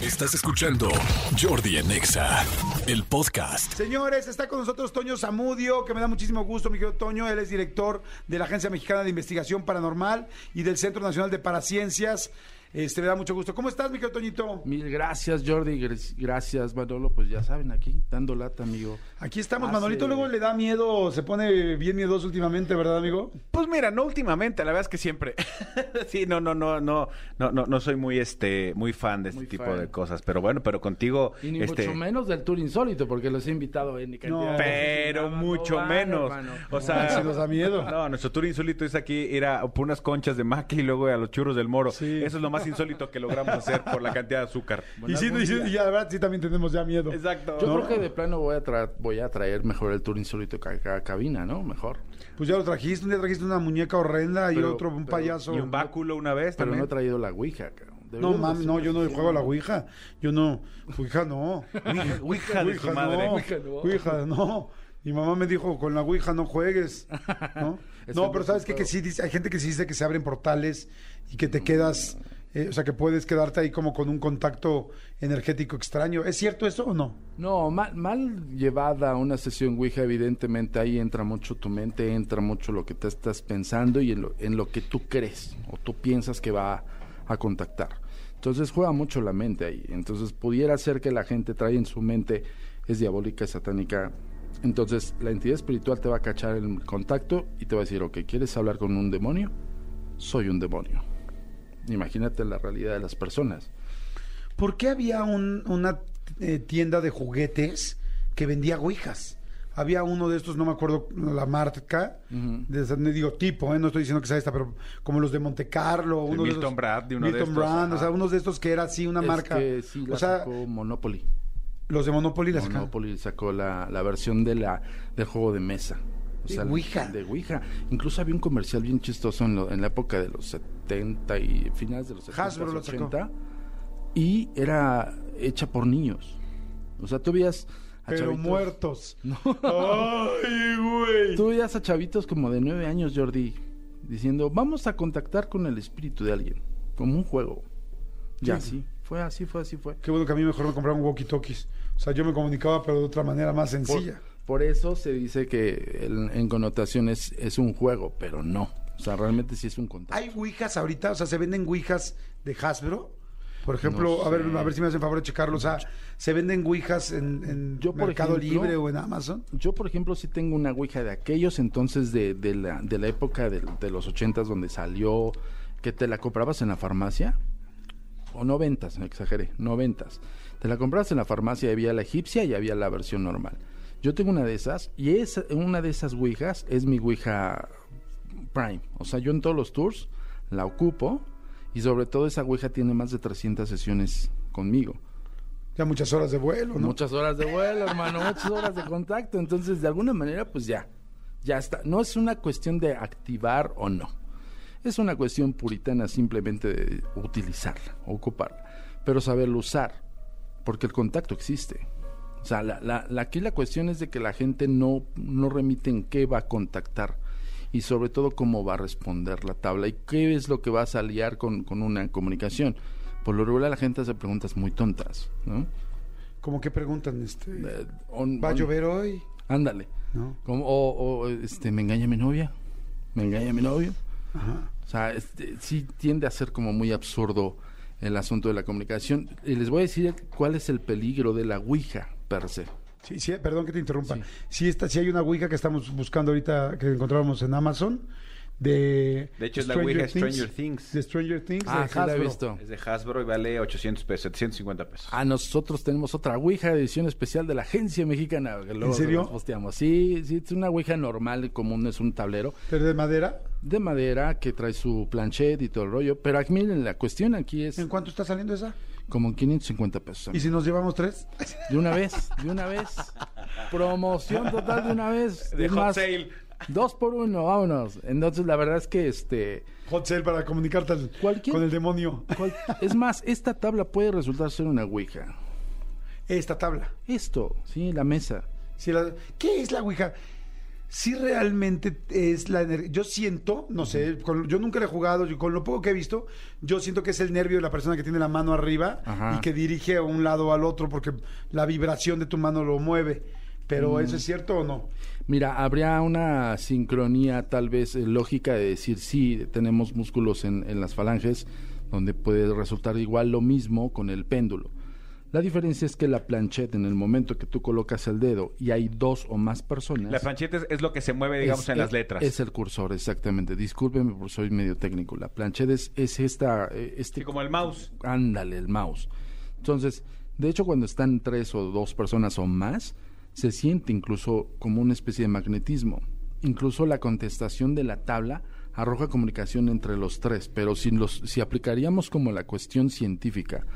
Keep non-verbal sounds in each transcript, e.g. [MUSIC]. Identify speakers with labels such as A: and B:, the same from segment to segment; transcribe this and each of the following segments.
A: Estás escuchando Jordi en EXA, el podcast.
B: Señores, está con nosotros Toño Zamudio, que me da muchísimo gusto, mi querido Toño. Él es director de la Agencia Mexicana de Investigación Paranormal y del Centro Nacional de Paraciencias. Este, me da mucho gusto. ¿Cómo estás, mi querido Toñito?
C: Mil gracias, Jordi. Gres- Gracias, Manolo. Pues ya saben, aquí, dando lata, amigo.
B: Aquí estamos.
C: Hace-
B: Manolito luego le da miedo, se pone bien miedoso últimamente, ¿verdad, amigo?
D: Pues mira, no últimamente, la verdad es que siempre. [LAUGHS] sí, no, no, no, no, no, no, no soy muy este, muy fan de este
C: Muy
D: tipo
C: fan.
D: de cosas. Pero bueno, pero contigo,
C: Y ni
D: este,
C: mucho menos del tour insólito, porque los he invitado en cantidad de veces y
D: pero
C: nada más
D: mucho
C: no van,
D: menos.
C: hermano.
D: O
B: Ah,
D: sea,
B: sí nos da miedo.
C: [LAUGHS]
D: No, nuestro tour insólito es aquí ir a por unas conchas de maqui y luego a los churros del moro.
B: Sí.
D: Eso es lo más insólito que logramos hacer por la cantidad de azúcar.
B: y sí,
C: algún
B: y sí,
C: día.
B: y la verdad sí también tenemos ya miedo.
D: Exacto.
C: Yo
B: No.
C: creo que de plano voy a, tra- voy a traer mejor el tour insólito que acá cabina, ¿no? Mejor.
B: Pues ya lo trajiste, un día trajiste una muñeca horrenda y
C: Pero-
B: otro un
C: pero-
B: payaso.
D: Y un báculo una vez
C: Pero
D: también.
C: no he traído la Ouija, cabrón.
B: no,
C: Deberíamos
B: mami,
C: hacer
B: no,
C: una
B: yo no
C: sesión.
B: juego a la Ouija. Yo no. Ouija
C: [LAUGHS]
B: no.
D: Ouija- Ouija de su
B: Ouija,
D: madre.
B: No,
C: Ouija, no.
B: Ouija, no. Mi mamá me dijo, con la Ouija no juegues.
D: [LAUGHS]
B: No,
C: Es
B: No,
C: el
B: pero ¿sabes qué? Que sí, dice- hay gente que sí dice que se abren portales y que te quedas, eh, o sea, que puedes quedarte ahí como con un contacto energético extraño. ¿Es cierto eso o no?
C: No, mal, mal llevada una sesión Ouija, evidentemente ahí entra mucho tu mente, entra mucho lo que te estás pensando y en lo, en lo que tú crees o tú piensas que va a, a contactar. Entonces juega mucho la mente ahí. Entonces pudiera ser que la gente trae en su mente es diabólica, es satánica. Entonces la entidad espiritual te va a cachar el contacto y te va a decir, ok, ¿quieres hablar con un demonio? Soy un demonio. Imagínate la realidad de las personas.
B: ¿Por qué había un- una eh, tienda de juguetes que vendía ouijas? Había uno de estos, no me acuerdo la marca, de esa- no digo tipo, eh, no estoy diciendo que sea esta, pero como los de Monte Carlo, uno
D: Milton
B: de esos-
D: Brand, de uno de
B: Milton
D: estos,
B: Brand, o sea,
D: ajá.
B: unos de estos que era así una
C: Es
B: marca.
C: que sí, la
B: o sea,
C: sacó Monopoly.
B: los de Monopoly las sacaron.
C: Monopoly sacó la, la versión de la del juego de mesa.
B: De Ouija.
C: De Ouija. Incluso había un comercial bien chistoso en, lo- en la época de los 70 y finales de los 70,
B: Hasbro lo sacó.
C: 80. Y era hecha por niños. O sea, tú veías a
B: Pero
C: Ah, chavitos-
B: muertos. Ay, güey.
C: Tú veías a chavitos como de 9 años, Jordi, diciendo, vamos a contactar con el espíritu de alguien. Como un juego. Ya,
B: Sí.
C: sí. Fue así, fue así, fue.
B: Qué bueno que a mí mejor me compraron walkie-talkies. O sea, yo me comunicaba, pero de otra manera más
C: Por,
B: sencilla.
C: por eso se dice que el- en connotaciones es un juego, pero no. O sea, realmente sí es un contacto.
B: ¿Hay ouijas ahorita? O sea, ¿se venden ouijas de Hasbro? Por ejemplo,
C: No
B: a, ver,
C: sé.
B: a ver si me hacen favor de checarlo. O sea, ¿se venden ouijas en, en
C: Yo, por
B: Mercado
C: ejemplo,
B: Libre o en Amazon?
C: Yo, por ejemplo, sí tengo una ouija de aquellos entonces de, de la, de la época del- de, los ochentas donde salió, que te la comprabas en la farmacia, o noventas, no exageré, noventas. Te la comprabas en la farmacia, había la egipcia y había la versión normal. Yo tengo una de esas, y es una de esas ouijas es mi ouija Prime. O sea, yo en todos los tours la ocupo, y sobre todo esa ouija tiene más de 300 sesiones conmigo.
B: Ya muchas horas de vuelo, ¿no?
C: Muchas horas de vuelo, hermano, muchas horas de contacto. Entonces, de alguna manera, pues ya, ya está. No es una cuestión de activar o no. Es una cuestión puritana simplemente de utilizarla, ocuparla, pero saberlo usar, porque el contacto existe. O sea, la, la- la- aquí la cuestión es de que la gente no, no remite en qué va a contactar y sobre todo cómo va a responder la tabla y qué es lo que vas a liar con, con una comunicación. Por lo regular la gente hace preguntas muy tontas, ¿no?
B: Como que preguntan, este,
C: Eh, on-
B: ¿va a
C: on-
B: llover hoy?
C: Ándale.
B: ¿No?
C: Como, o, o, este, me engaña mi novia. Me engaña mi novio.
B: Ajá.
C: O sea, este, sí tiende a ser como muy absurdo el asunto de la comunicación. Y les voy a decir cuál es el peligro de la Ouija per se.
B: Sí, sí, perdón que te interrumpa. Sí, esta, sí hay una ouija que estamos buscando ahorita, que encontrábamos en Amazon, de...
D: De hecho, es la ouija Stranger Things.
B: De Stranger Things.
C: Ah,
B: de
C: sí la he
B: Hasbro.
C: visto.
D: Es de Hasbro y vale 800 pesos, 750 pesos.
C: Ah, nosotros tenemos otra Ouija edición especial de la Agencia Mexicana. que luego
B: serio?
C: las posteamos. Sí, sí, es una Ouija normal, común, es un tablero.
B: Pero de madera.
C: De madera que trae su planchet y todo el rollo. Pero aquí, miren, la cuestión aquí es
B: ¿En cuánto está saliendo esa?
C: como 550 pesos.
B: ¿Y si nos llevamos tres? [LAUGHS]
C: De una vez, de una vez. Promoción total de una vez.
D: De
C: Es
D: hot sale.
C: Dos por uno, vámonos. Entonces, la verdad es que este.
B: Hot sale para comunicarte al-
C: Cualquier-
B: con el demonio.
C: cual- es más, esta tabla puede resultar ser una ouija.
B: Esta tabla.
C: Esto, sí, la mesa.
B: Si la- ¿Qué es la Ouija? si realmente es la energía. Yo siento, no sé, con- yo nunca le he jugado, yo- con lo poco que he visto, yo siento que es el nervio de la persona que tiene la mano arriba
C: Ajá.
B: y que dirige a un lado o al otro porque la vibración de tu mano lo mueve. Pero
C: Mm.
B: ¿eso es cierto o no?
C: Mira, habría una sincronía tal vez eh, lógica de decir, sí, tenemos músculos en, en las falanges, donde puede resultar igual lo mismo con el péndulo. La diferencia es que la plancheta, en el momento que tú colocas el dedo y hay dos o más personas...
D: La plancheta es, es lo que se mueve, digamos,
C: es-
D: en las
C: es-
D: letras.
C: Es el cursor, exactamente. Discúlpeme por soy medio técnico. La plancheta es, es esta... eh, Este,
D: Sí, como el mouse.
C: Ándale, el mouse. Entonces, de hecho, cuando están tres o dos personas o más, se siente incluso como una especie de magnetismo. Incluso la contestación de la tabla arroja comunicación entre los tres, pero si, los, si aplicaríamos como la cuestión científica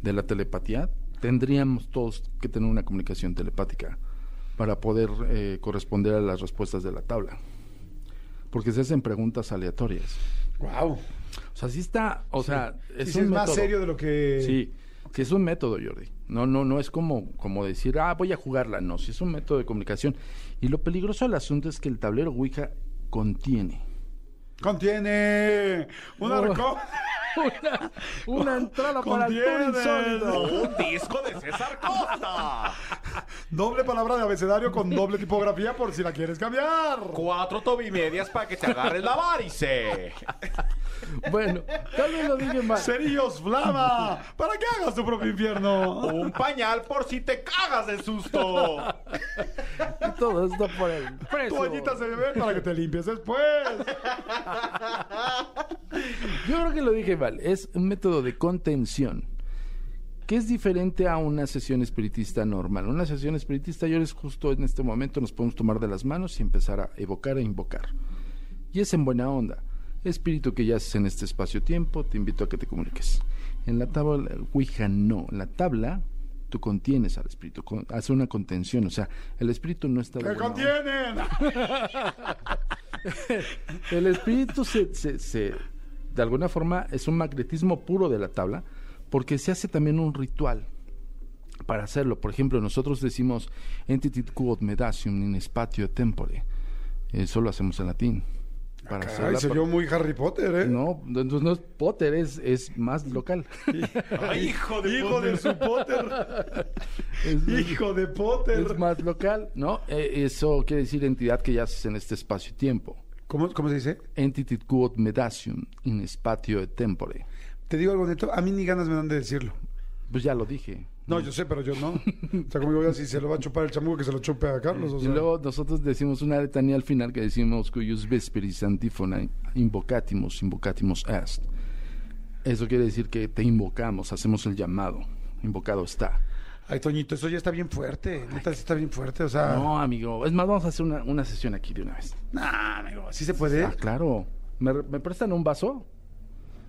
C: de la telepatía, tendríamos todos que tener una comunicación telepática para poder eh, corresponder a las respuestas de la tabla. Porque se hacen preguntas aleatorias.
B: ¡Wow!
C: O sea, sí está, o sea,
B: Es,
C: es un
B: más
C: método.
B: serio de lo que.
C: Sí, sí es un método, Jordi. No, no, no es como, como decir, ah, voy a jugarla. No, sí es un método de comunicación. Y lo peligroso del asunto es que el tablero Ouija contiene
B: Contiene una
C: No.
B: reco-
C: [LAUGHS] una, una entrada para el
B: Contiene.
C: tour insólito.
D: ¡Un disco de César Costa!
B: doble palabra de abecedario con doble tipografía por si la quieres cambiar.
D: Cuatro tobimedias para que te agarres la varice.
C: Bueno, tal vez lo dije mal.
B: Cerillos Flama, para que hagas tu propio infierno.
D: Un pañal por si te cagas de susto.
C: Y todo esto por el precio.
B: Toallitas de bebé para que te limpies [LAUGHS] después.
C: Yo creo que lo dije mal. Es un método de contención que es diferente a una sesión espiritista normal. Una sesión espiritista, yo les justo en este momento nos podemos tomar de las manos y empezar a evocar e invocar. Y es en buena onda. Espíritu que yaces en este espacio-tiempo, te invito a que te comuniques. En la tabla Ouija no. En la tabla tú contienes al espíritu, con- hace una contención. O sea, el espíritu no está... de
B: ¡Que
C: buena onda.
B: contienen!
C: El espíritu se, se- se- de alguna forma es un magnetismo puro de la tabla, porque se hace también un ritual para hacerlo. Por ejemplo, nosotros decimos entitit quod medasium in spatio tempore. Eso lo hacemos en latín. Para
B: Ay,
C: hacerla-
B: se oyó muy Harry Potter, ¿eh?
C: No, no, no no es Potter, es, es más local.
D: Ay, hijo de
B: Hijo de su [LAUGHS] Potter.
C: [LAUGHS]
B: [LAUGHS]
C: Es-
B: Hijo de Potter.
C: es más local, ¿no? Eh, Eso quiere decir entidad que yaces en este espacio y tiempo.
B: ¿Cómo, cómo se dice?
C: Entitit quod medasium in spatio tempore.
B: Te digo algo neto, a mí ni ganas me dan de decirlo.
C: Pues ya lo dije.
B: No, yo sé, pero yo no. [LAUGHS] O sea, como digo, si se lo va a chupar el chamuco, que se lo chupe a Carlos. O
C: Y
B: sea.
C: luego nosotros decimos una letanía al final que decimos cuyus vesperis antífona invocatimus, invocatimus est. Eso quiere decir que te invocamos, hacemos el llamado, invocado está.
B: Ay, Toñito, eso ya está bien fuerte. Neta, sí está bien fuerte. O sea, no,
C: No, amigo, es más, vamos a hacer una, una sesión aquí de una vez.
B: amigo, ¿sí se puede?
C: Ah, claro. ¿Me, re- me prestan un vaso?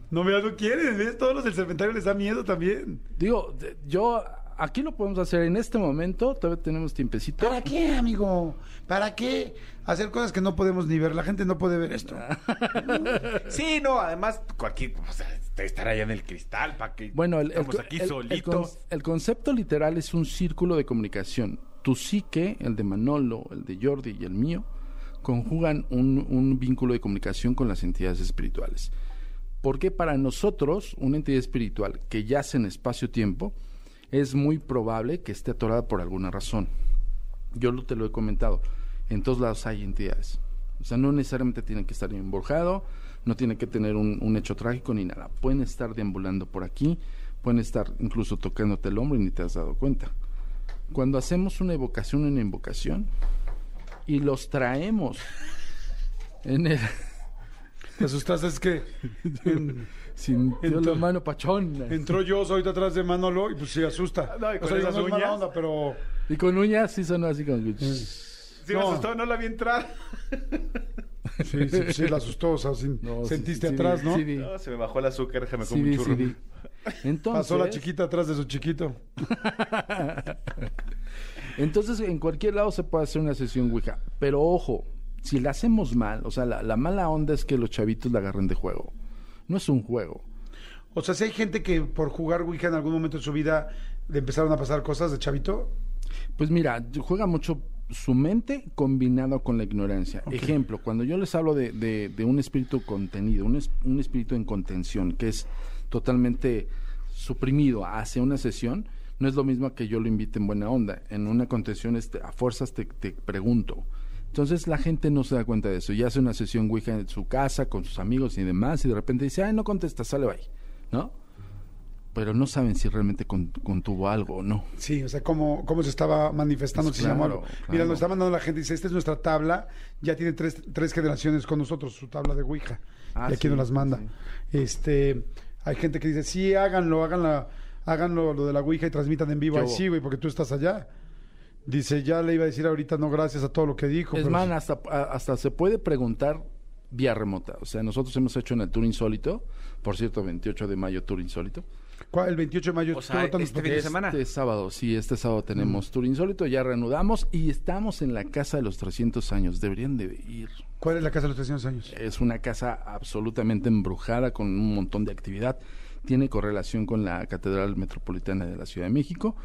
B: No, mira, no quieren. ¿ves? Todos los del serpentario les da miedo también.
C: Digo, de- yo, aquí lo podemos hacer en este momento, todavía tenemos tiempecito.
B: ¿Para qué, amigo? ¿Para qué hacer cosas que no podemos ni ver? La gente no puede ver esto.
D: Sí, no, además, cualquier. O sea, estar allá en el cristal, para que.
C: Bueno, el, el-
D: estamos aquí
C: el- el
D: solitos.
C: con- el concepto literal es un círculo de comunicación. Tu psique, el de Manolo, el de Jordi y el mío, conjugan un, un vínculo de comunicación con las entidades espirituales. Porque para nosotros, una entidad espiritual que yace en espacio-tiempo, es muy probable que esté atorada por alguna razón. Yo lo- te lo he comentado. En todos lados hay entidades. O sea, no necesariamente tienen que estar emborjado, no tienen que tener un, un hecho trágico ni nada. Pueden estar deambulando por aquí, pueden estar incluso tocándote el hombro y ni te has dado cuenta. Cuando hacemos una evocación, una invocación, y los traemos
B: [LAUGHS]
C: en el...
B: Te asustaste, es que en-
C: Sintió la
B: Entonces-
C: mano pachón.
B: entró yo ahorita atrás de Manolo y pues sí, asusta.
D: No, y con
B: o sea, digo,
D: esas
B: no es mala
D: uñas.
B: onda, pero...
C: Y con uñas sí sonó así como... que-
D: Sí, me
B: No.
D: asustó, no la vi entrar.
B: Sí, sí, sí, la asustó, o sea, sin-
C: No, sí,
B: sentiste
C: sí,
B: atrás,
C: sí,
B: ¿no? Ah,
C: sí, vi.
D: No, Ah, se me bajó el azúcar, déjame
C: Sí,
D: como un
C: vi,
D: churro.
C: sí, vi. Entonces,
B: Pasó la chiquita atrás de su chiquito.
C: Entonces, en cualquier lado se puede hacer una sesión Ouija. Pero ojo, si la hacemos mal, o sea, la, la mala onda es que los chavitos la agarren de juego. No es un juego.
B: O sea, si hay gente que por jugar Ouija en algún momento de su vida le empezaron a pasar cosas de chavito.
C: Pues mira, juega mucho su mente combinado con la ignorancia. Ejemplo, cuando yo les hablo de, de- de un espíritu contenido, un, es- un espíritu en contención, que es totalmente suprimido hacia una sesión, no es lo mismo que yo lo invite en buena onda. En una contención este, a fuerzas te, te pregunto. Entonces la gente no se da cuenta de eso y hace una sesión Ouija en su casa con sus amigos y demás y de repente dice, ay, no contesta, sale bye, ¿no? Pero no saben si realmente con- contuvo algo o no.
B: Sí, o sea, cómo, cómo se estaba
D: Pues
B: manifestando, si se
C: Claro,
B: llamó algo. Mira,
C: claro.
B: nos está mandando la gente, dice, esta es nuestra tabla, ya tiene tres, tres generaciones con nosotros, su tabla de Ouija.
C: Ah,
B: y aquí
C: sí,
B: nos las manda. Este, hay gente que dice, sí, háganlo, háganla, háganlo lo de la Ouija y transmitan en vivo.
C: ¿Qué
B: Ay,
C: hubo?
B: sí, güey, porque tú estás allá. Dice, ya le iba a decir ahorita no gracias a todo lo que dijo.
C: Es
B: pero
C: más,
B: sí".
C: hasta, a- hasta se puede preguntar vía remota. O sea, nosotros hemos hecho en el Tour Insólito, por cierto, 28 de mayo Tour Insólito.
B: ¿Cuál? el 28 de mayo.
D: O sea,
B: ¿Qué botones
D: este
B: toques?
D: fin de semana.
C: Este sábado, sí, este sábado tenemos Tour Insólito, ya reanudamos y estamos en la Casa de los 300 años. Deberían de ir.
B: ¿Cuál es la casa de los 300
D: [LAUGHS]
B: años?
C: Es una casa absolutamente embrujada con un montón de actividad. Tiene correlación con la Catedral Metropolitana de la Ciudad de México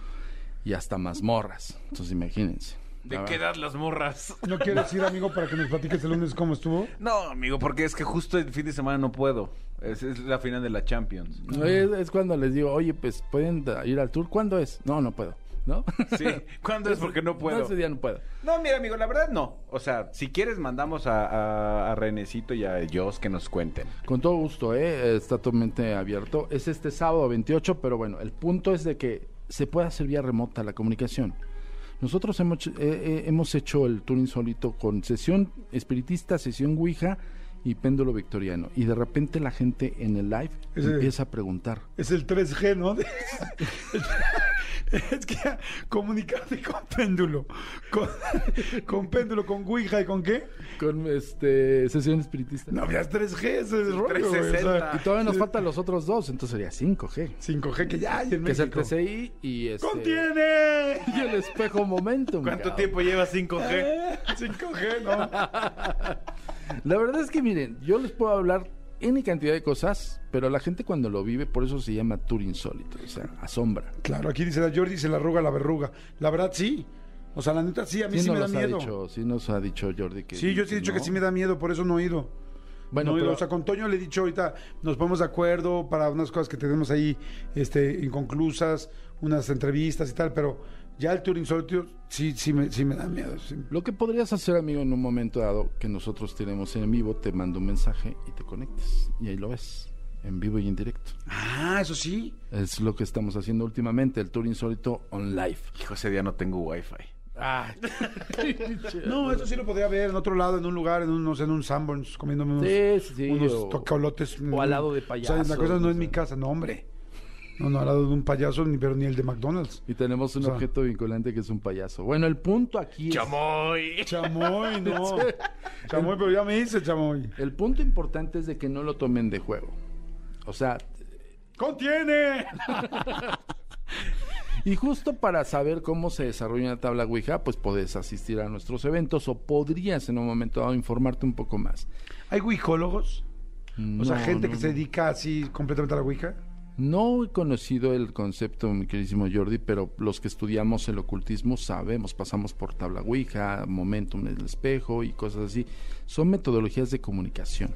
C: y hasta mazmorras. Entonces, imagínense. La
D: ¿De
C: verdad.
D: qué edad las morras?
B: ¿No quieres ir, amigo, para que nos platiques el lunes cómo estuvo?
D: No, amigo, porque es que justo el fin de semana no puedo. Es, es la final de la Champions.
C: No, Es, es cuando les digo, oye, pues pueden da- ir al tour. ¿Cuándo es? No, no puedo. ¿No? [LAUGHS]
D: Sí, ¿cuándo es? Porque no puedo.
C: No, ese día no puedo.
D: No, mira, amigo, la verdad no. O sea, si quieres mandamos a, a, a Renecito y a Jos que nos cuenten.
C: Con todo gusto, ¿eh? Está totalmente abierto. Es este sábado 28, pero bueno, el punto es de que se puede hacer vía remota la comunicación. Nosotros hemos, hecho- eh, eh, hemos hecho el tour insólito con sesión espiritista, sesión Ouija y péndulo victoriano. Y de repente la gente en el live
B: Ese-
C: empieza a preguntar.
B: Es el 3G, ¿no? [LAUGHS] es que comunicarte con péndulo. Con, con péndulo, con Ouija y con qué.
C: Con este sesión espiritista.
B: No, ya es 3G, ese es rollo, güey, o sea,
D: 360.
C: Y todavía nos faltan los otros dos, entonces sería 5G.
B: 5G que ya hay en
C: Que es el
B: México.
C: TCI y este...
B: ¡Contiene!
C: Y el espejo momentum. cabrón.
D: lleva 5G?
C: este.
B: 5G, ¿no?
C: La verdad es que miren, yo les puedo hablar N cantidad de cosas, pero la gente cuando lo vive, por eso se llama tour insólito, o sea, asombra.
B: Claro, aquí dice la Jordi, se la arruga la verruga. La verdad, sí. O sea, la neta, sí, a mí sí,
C: Sí,
B: me da
C: nos ha
B: miedo.
C: dicho, sí nos ha dicho Jordi que...
B: Sí, yo sí he dicho que
C: no.
B: sí me da miedo, por eso no he ido.
C: Bueno,
B: No,
C: pero-
B: o sea, con Toño le he dicho ahorita, nos ponemos de acuerdo para unas cosas que tenemos ahí este, inconclusas, unas entrevistas y tal, pero ya el Tour Insólito sí, sí, me, sí me da miedo. sí.
C: Lo que podrías hacer, amigo, en un momento dado que nosotros tenemos en vivo, te mando un mensaje y te conectas. Y ahí lo ves, en vivo y en directo.
B: Ah, eso sí.
C: Es lo que estamos haciendo últimamente, el tour insólito on live.
D: [LAUGHS] Hijo, ese día no tengo wifi.
C: [LAUGHS] Ah,
B: No,
C: Eh,
B: eso sí lo podría ver en otro lado, en un lugar, en un, no sé, en un Sanborns, comiéndome unos,
C: Sí, sí, sí,
B: unos
C: o-
B: tocolotes.
C: o al lado de
B: O sea,
C: payasos,
B: la cosa no
C: o
B: es mi
C: sea.
B: casa, no, hombre. No, no, al lado de un payaso, ni, pero ni el de
C: [LAUGHS]
B: McDonald's.
C: Y tenemos un
B: O sea-
C: objeto vinculante que es un payaso. Bueno, el punto aquí es...
D: ¡Chamoy!
B: Chamoy,
C: [LAUGHS]
B: no. Chamoy, pero ya me hice, Chamoy.
C: El punto importante es de que no lo tomen de juego. O sea,
B: ¡Contiene!
C: y justo para saber cómo se desarrolla una tabla Ouija, pues podés asistir a nuestros eventos o podrías en un momento dado informarte un poco más.
B: ¿Hay guijólogos? O sea,
C: No,
B: gente
C: no,
B: que se dedica así completamente a la Ouija.
C: No he conocido el concepto, mi queridísimo Jordi, pero los que estudiamos el ocultismo sabemos, pasamos por tabla Ouija, momentum en el espejo y cosas así. Son metodologías de comunicación.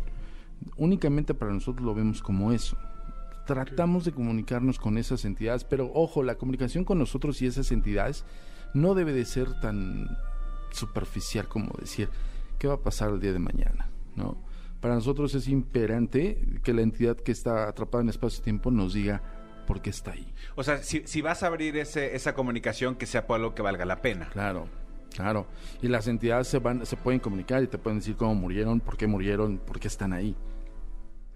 C: Únicamente para nosotros lo vemos como eso. Tratamos de comunicarnos con esas entidades, pero ojo, la comunicación con nosotros y esas entidades no debe de ser tan superficial como decir, ¿qué va a pasar el día de mañana? ¿No? Para nosotros es imperante que la entidad que está atrapada en espacio-tiempo nos diga por qué está ahí.
D: O sea, si, si vas a abrir ese, esa comunicación, que sea por algo que valga la pena.
C: Claro, claro. Y las entidades se van, se pueden comunicar y te pueden decir cómo murieron, por qué murieron, por qué están ahí.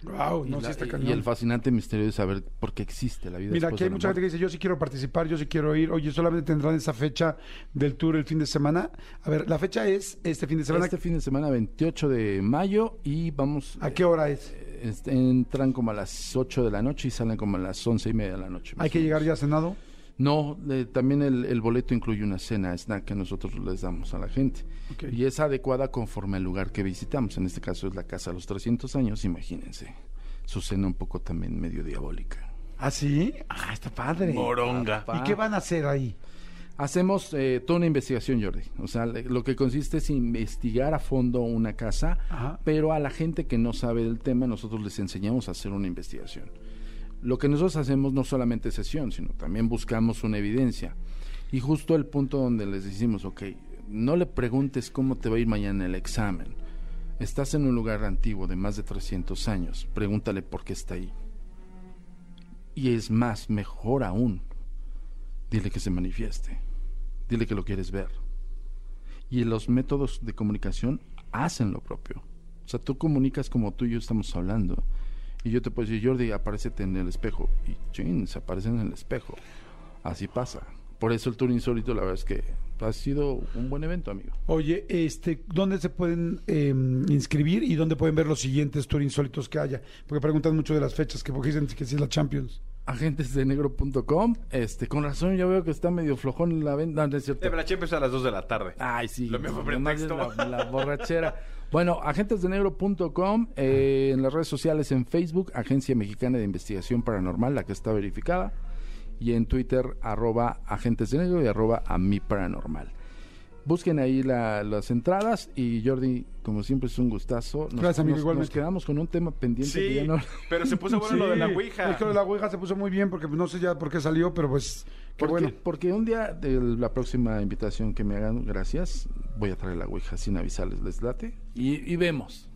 B: Wow,
C: Y,
B: no,
C: la-
B: sí está
C: y-
B: cañón.
C: y el fascinante misterio de saber por qué existe la vida.
B: Mira,
C: después
B: aquí hay
C: de la
B: mucha gente
C: muerte.
B: que dice, yo sí quiero participar, yo sí quiero ir. Oye, solamente tendrán esa fecha del tour el fin de semana. A ver, la fecha es este fin de semana.
C: Este fin de semana, 28 de mayo, y vamos.
B: ¿A qué hora es?
C: eh, este, entran como a las 8 de la noche y salen como a las 11 y media de la noche. más
B: ¿Hay que
C: o menos.
B: llegar ya cenado?
C: No, eh, también el, el boleto incluye una cena, snack que nosotros les damos a la gente.
B: Ok.
C: Y es adecuada conforme al lugar que visitamos. En este caso es la casa de los 300 años, imagínense. Su cena un poco también medio diabólica.
B: ¿Ah, sí? Ah, está padre.
D: Moronga.
B: ¿Y qué van a hacer ahí?
C: Hacemos eh, toda una investigación, Jordi. O sea, le- lo que consiste es investigar a fondo una casa,
B: Ajá.
C: pero a la gente que no sabe del tema, nosotros les enseñamos a hacer una investigación. Lo que nosotros hacemos no solamente es sesión, sino también buscamos una evidencia. Y justo el punto donde les decimos, ok, no le preguntes cómo te va a ir mañana el examen. Estás en un lugar antiguo de más de 300 años. Pregúntale por qué está ahí. Y es más, mejor aún, dile que se manifieste. Dile que lo quieres ver. Y los métodos de comunicación hacen lo propio. O sea, tú comunicas como tú y yo estamos hablando. Y yo te puedo decir, Jordi, aparecete en el espejo. Y chin, se aparece en el espejo. Así pasa. Por eso el tour insólito, la verdad es que ha sido un buen evento, amigo.
B: Oye, este, ¿dónde se pueden eh, inscribir y dónde pueden ver los siguientes tour insólitos que haya? Porque preguntan mucho de las fechas, que porque dicen que sí es la Champions.
C: Agentesdenegro.com. Este, con razón, yo veo que está medio flojón la venta. No, no es cierto.
D: Eh, pero la Champions es a las 2 de la tarde.
C: Ay, sí.
D: Lo mío fue
C: nomás
D: pretexto.
C: es La, la borrachera. Bueno, agentesdenegro.com, eh, en las redes sociales, en Facebook, Agencia Mexicana de Investigación Paranormal, la que está verificada, y en Twitter, arroba Agentes de Negro y arroba a mi paranormal. Busquen ahí la- las entradas y Jordi, como siempre, es un gustazo. Nos,
B: Gracias, amigo,
C: nos-
B: igualmente.
C: nos quedamos con un tema pendiente que
D: Sí,
C: ya no-
D: pero se puso bueno lo de la Ouija.
B: Es que lo de la Ouija se puso muy bien porque pues, no sé ya por qué salió, pero pues qué
C: Porque,
B: bueno.
C: porque un día, de la próxima invitación que me hagan, gracias, voy a traer la Ouija sin avisarles, les late. Y, y vemos.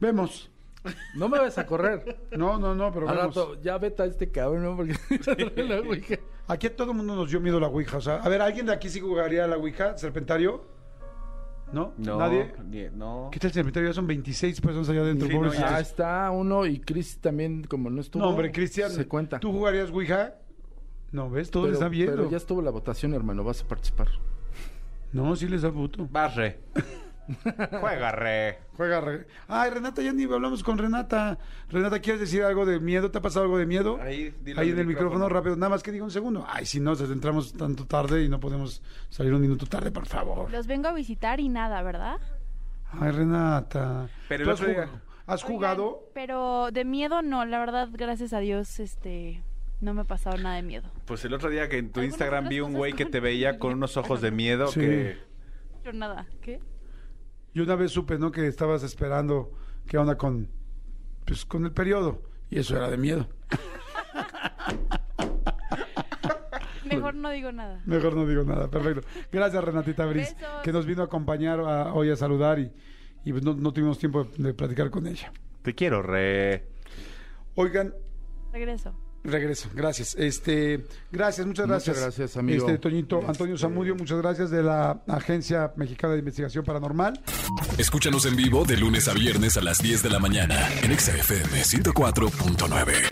B: Vemos.
C: No me vas a correr.
B: No, no, no, pero
C: Al
B: vemos.
C: rato, ya vete a este cabrón, ¿no? Porque [LAUGHS] la Ouija.
B: Aquí a todo el mundo nos dio miedo la Ouija. O sea, a ver, ¿alguien de aquí sí jugaría a la Ouija? ¿Serpentario? ¿No?
D: No,
B: ¿Nadie?
D: ni- no.
B: ¿Qué tal Serpentario? Ya son 26 personas allá adentro.
D: Sí, no,
B: pobrecitos.
D: ya
C: Ah, está uno y Chris también, como no estuvo.
B: No, hombre, Cristian.
C: Se cuenta.
B: ¿Tú jugarías Ouija? No, ¿ves? Todo
C: pero,
B: le está viendo.
C: pero ya estuvo la votación, hermano, vas a participar.
B: No, sí les da puto.
D: Barre.
B: [LAUGHS]
D: Juega, re.
B: Juega. Re- Ay, Renata, ya ni hablamos con Renata. Renata, ¿quieres decir algo de miedo? ¿Te ha pasado algo de miedo?
D: Ahí, dilo
B: Ahí
D: al
B: en el micrófono,
D: micrófono.
B: rápido. Nada más que diga un segundo. Ay, si no, se- entramos tanto tarde y no podemos salir un minuto tarde, por favor.
E: Los vengo a visitar y nada, ¿verdad?
B: Ay, Renata.
D: Pero
B: ¿Tú
D: el
B: has,
D: otro día-
B: jugado- has
E: Oigan,
B: jugado?
E: pero de miedo no, la verdad, gracias a Dios, este, no me ha pasado nada de miedo.
D: Pues el otro día que en tu
E: Algunas
D: Instagram
E: otras
D: vi un
E: cosas
D: güey que
E: con-
D: te veía con unos ojos de miedo
B: Sí.
D: que...
E: Pero nada, ¿qué?
B: Yo una vez supe, ¿no? Que estabas esperando qué onda con, pues, con el periodo. Y eso era de miedo.
E: Mejor no digo nada.
B: Mejor no digo nada, perfecto. Gracias, Renatita Briz,
E: Besos.
B: que nos vino a acompañar a- hoy a saludar y, y pues, no, no tuvimos tiempo de, de platicar con ella.
D: Te quiero, re.
B: Oigan,
E: Regreso.
B: regreso, gracias. Este, gracias, muchas gracias.
C: gracias, amigo.
B: Este, Toñito, Antonio Zamudio, muchas gracias de la Agencia Mexicana de Investigación Paranormal.
A: Escúchanos en vivo de lunes a viernes a las 10 de la mañana en Exa FM 104.9.